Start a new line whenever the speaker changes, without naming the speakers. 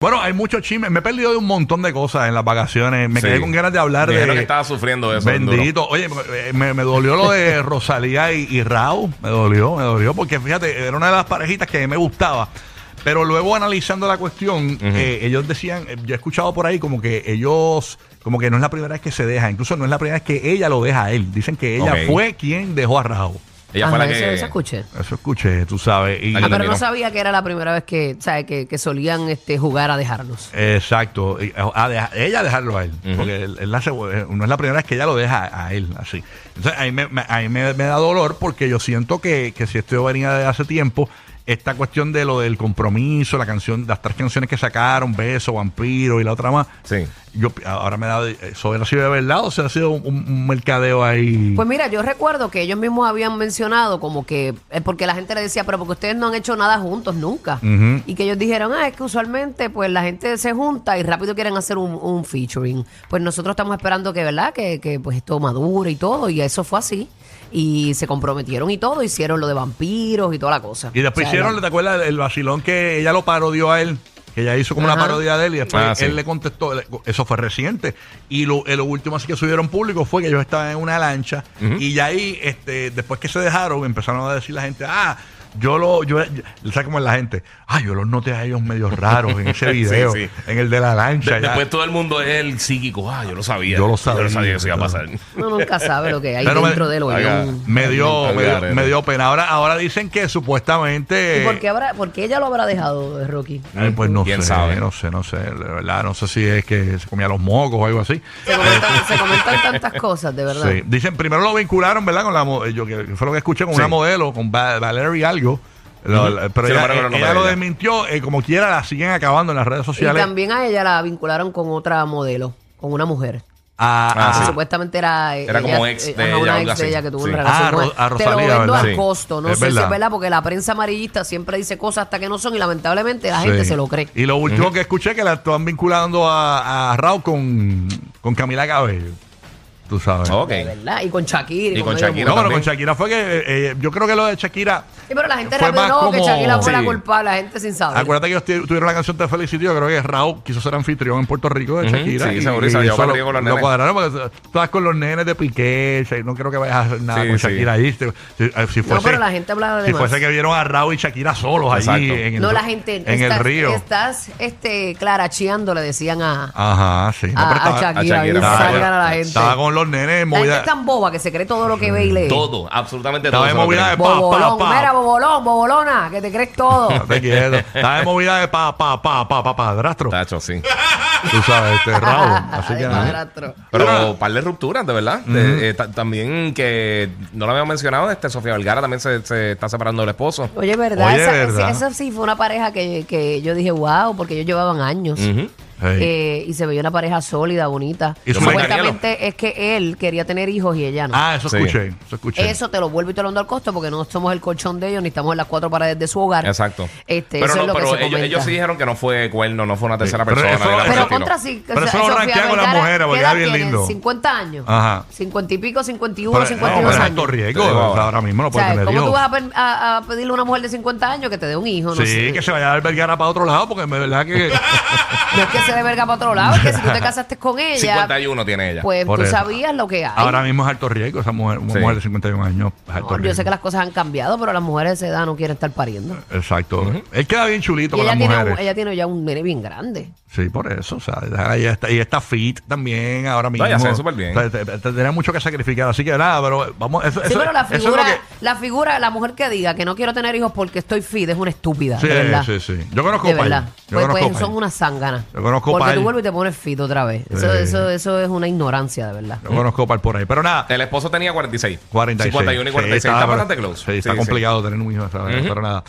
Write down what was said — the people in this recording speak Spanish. Bueno, hay mucho chisme. Me he perdido de un montón de cosas en las vacaciones. Me
Sí.
quedé con ganas de hablar
Dijeron que
de.
estaba sufriendo eso. Enduro.
Bendito. Oye, me, me dolió lo de Rosalía y, y Rao. Me dolió, me dolió. Porque fíjate, era una de las parejitas que me gustaba. Pero luego analizando la cuestión, eh, ellos decían, eh, yo he escuchado por ahí como que ellos, como que no es la primera vez que se deja, incluso no es la primera vez que ella lo deja a él. Dicen que ella
Ok.
fue quien dejó a Rao.
Ella
Ah,
fue la
no, eso,
que.
eso escuché.
Eso escuché, tú sabes. Y,
Ah,
Ah,
Yo
pero
también no.
no sabía que era la primera vez que, ¿sabes? que, que solían este, jugar a dejarnos.
Exacto. Y, eh, a deja- ella dejarlo a él. Porque él, él la se- no es la primera vez que ella lo deja a él, así. Entonces, ahí me, me- ahí me- me da dolor porque yo siento que, que si esto venía de hace tiempo, esta cuestión de lo del compromiso, la canción, las tres canciones que sacaron, Beso, Vampiro y la otra más,
Sí.
yo pi- ahora me da, eh, ¿eso era así de verdad o se ha sido un, un mercadeo ahí?
Pues mira, yo recuerdo que ellos mismos habían mencionado como que, eh, porque la gente le decía, pero porque ustedes no han hecho nada juntos nunca.
Ujú.
Y que ellos dijeron, ah, es que usualmente pues la gente se junta y rápido quieren hacer un, un featuring. Pues nosotros estamos esperando que, ¿verdad? Que, que pues esto madure y todo, y eso fue así. Y se comprometieron y todo, hicieron lo de vampiros y toda la cosa.
y después
O sea,
hicieron,
la-
¿te acuerdas? El vacilón que ella lo parodió a él. Que ella hizo como una
Ajá.
parodia de él y después
Ah,
él
sí.
le contestó. le- Eso fue reciente. Y lo, eh, lo último así que subieron público fue que ellos estaban en una lancha. Y ya ahí, este, después que se dejaron, empezaron a decir la gente, ah, yo lo, yo, yo- ¿sabes cómo es la gente? Ah, yo los noté a ellos medio raros en ese
Sí,
video,
sí.
en el de la lancha.
De-
ya".
después todo el mundo es el psíquico. Ah, yo lo sabía.
Yo lo
Yo lo sabía
sabía.
que eso iba a pasar.
Uno nunca sabe lo que hay
Pero me-
dentro del hoyo.
Haga-
me dio,
Al
me dio,
garete.
me dio pena. Ahora, ahora dicen que supuestamente.
¿Y por qué, habrá, por qué ella lo habrá dejado, Rocky?
Ay, pues Eh, no
¿Quién
sé,
sabe?
no sé, no sé, de verdad, no sé si es que se comía los mocos o algo así.
Se comentan, se comentan tantas cosas, de verdad.
Sí. Dicen, primero lo vincularon, ¿verdad? Con la mo- yo que que fue lo que escuché con
Sí.
una modelo, con Va- Valeria algo. Lo-
Ujú.
la- Pero
Sí, no
ella,
me recuerdo el
ella
nombre
lo
de ella.
desmintió, eh, como quiera la siguen acabando en las redes
Y
sociales.
también a ella la vincularon con otra modelo, con una mujer.
Ah,
Ah,
que
ah,
sí.
supuestamente era, eh,
Era como ex
eh,
de
ajá,
ella,
una
algo
ex de
así.
ella que tuvo
Sí.
una relación
Ah,
con
Ro-
él.
a
Te lo
Rosalía,
vendo
¿verdad?
a
Sí.
costo, no
Es
sé si
verdad.
es verdad, porque la prensa amarillista siempre dice cosas hasta que no son y lamentablemente la
sí.
gente se lo cree.
Y lo último que escuché que la están vinculando a, a Raúl con, con Camila Cabello. Tú sabes.
Ok.
De ¿Verdad? Y con Shakira.
Y con
medio
Oh, Shakira
No,
mundo.
pero con
también.
Shakira fue que eh, yo creo que lo de Shakira.
Sí, pero la gente
fue
rápido,
más
no, que
como-
Shakira fue la
Sí.
culpable, la gente sin saber.
Acuérdate que ellos tu- tuvieron la canción Te felicito. Yo creo que Raúl quiso ser anfitrión en Puerto Rico de
Ujú,
Shakira.
sí, seguro, y se la llevó
eso
para arriba con los
lo
nenes.
cuadraron porque tú estás con los nenes de Piqué. o sea, No creo que vayas a hacer nada
Sí,
con
sí.
Shakira ahí. Si, si- eh, si fuese,
pero la gente hablaba de
Si
más.
fuese que vieron a Raúl y Shakira solos allí
Exacto.
en el,
no, la gente.
en
estás-
el río.
Estás este, claracheando, le decían a,
Ajá, sí. No,
Ah, a,
pero
a
estaba,
Shakira,
a Shakira,
bien
estaba-
salgan a la gente.
estaba con los nenes en
La gente
movida.
es tan boba que se cree todo lo que ve y lee.
Todo, absolutamente
Estaba
todo.
en
se lo
movida de
creen.
pa, pa,
Bobolón, mira,
pa.
bobolón, bobolona, que te crees todo.
Te quiero. Estaba en movida de pa, pa, pa, pa, pa, padrastro.
Tacho, sí.
Tú sabes, este Raúl. Así
De
que nada.
padrastro.
Pero un par de rupturas, de verdad. De- eh, ta- también que no lo habíamos mencionado, este Sofía Vergara también se, se está separando del esposo.
Oye, ¿verdad?
Oye,
esa,
¿verdad?
esa- esa sí fue una pareja que, que yo dije, wow, porque ellos llevaban años.
Ujú.
Hey.
Eh, y se veía una pareja sólida, bonita.
Y su
Supuestamente es que él quería tener hijos y ella no.
Ah, eso
Sí.
escuché. Eso escuché.
Eso te lo vuelvo y te lo ando al costo porque no somos el colchón de ellos ni estamos en las cuatro paredes de su hogar.
Exacto.
Este,
pero
eso
no,
es lo
pero
que se
ellos,
comenta.
ellos sí dijeron que no fue cuerno, no fue una tercera
Pero
persona.
eso-
ni nada por el
Pero
estilo.
contra sí.
Pero eso lo
Sofía
ranquea con las
Vergara,
mujeres, porque
¿qué edad
es bien
tiene?
lindo.
50 años.
Ajá.
50 y pico, 51,
Pero, no,
52
pero es
años.
alto riesgo.
Te digo ahora.
ahora mismo no
O
puede
sea,
tener
¿cómo tú
hijos.
vas a, pe- a- a pedirle a una mujer de 50 años que te dé un hijo? No
sí,
sé.
que se vaya a dar Vergara para otro lado, porque en verdad que.
No es que se dé verga para otro lado, es que si tú te casaste con ella,
51 tiene ella.
pues
Por
tú
eso.
sabías lo que hay.
ahora mismo es alto riesgo esa mujer, una
Sí.
mujer de 51 años. es alto
No, yo
riesgo.
sé que las cosas han cambiado, pero las mujeres de esa edad no quieren estar pariendo.
Exacto. Él queda bien chulito
Y
con
ella
las
tiene,
mujeres.
un- ella tiene ya un nene bien grande.
Sí, por eso. O sea, ella está, y está fit también ahora mismo.
ella se ve súper bien.
O sea, te- te- Tendría mucho que sacrificar. Así que nada, pero vamos. Eso,
Sí,
eso-
pero la
eso es lo
figura,
que-
la figura, la mujer que diga que no quiero tener hijos porque estoy fit es una estúpida.
Sí,
de verdad.
sí, sí. Yo conozco
De
Pai.
verdad.
Yo
Pues,
conozco
pues,
Pai.
son unas zánganas.
Yo conozco
Porque
Pai.
tú vuelves y te pones fit otra vez. Eso,
Sí.
eso, eso es una ignorancia, de verdad.
Yo conozco par por ahí. Pero nada,
El esposo tenía 46.
46.
51 Eh, y 46.
Sí,
está
pero-
bastante close.
Sí, está complicado tener un hijo. ¿sabes? Pero nada.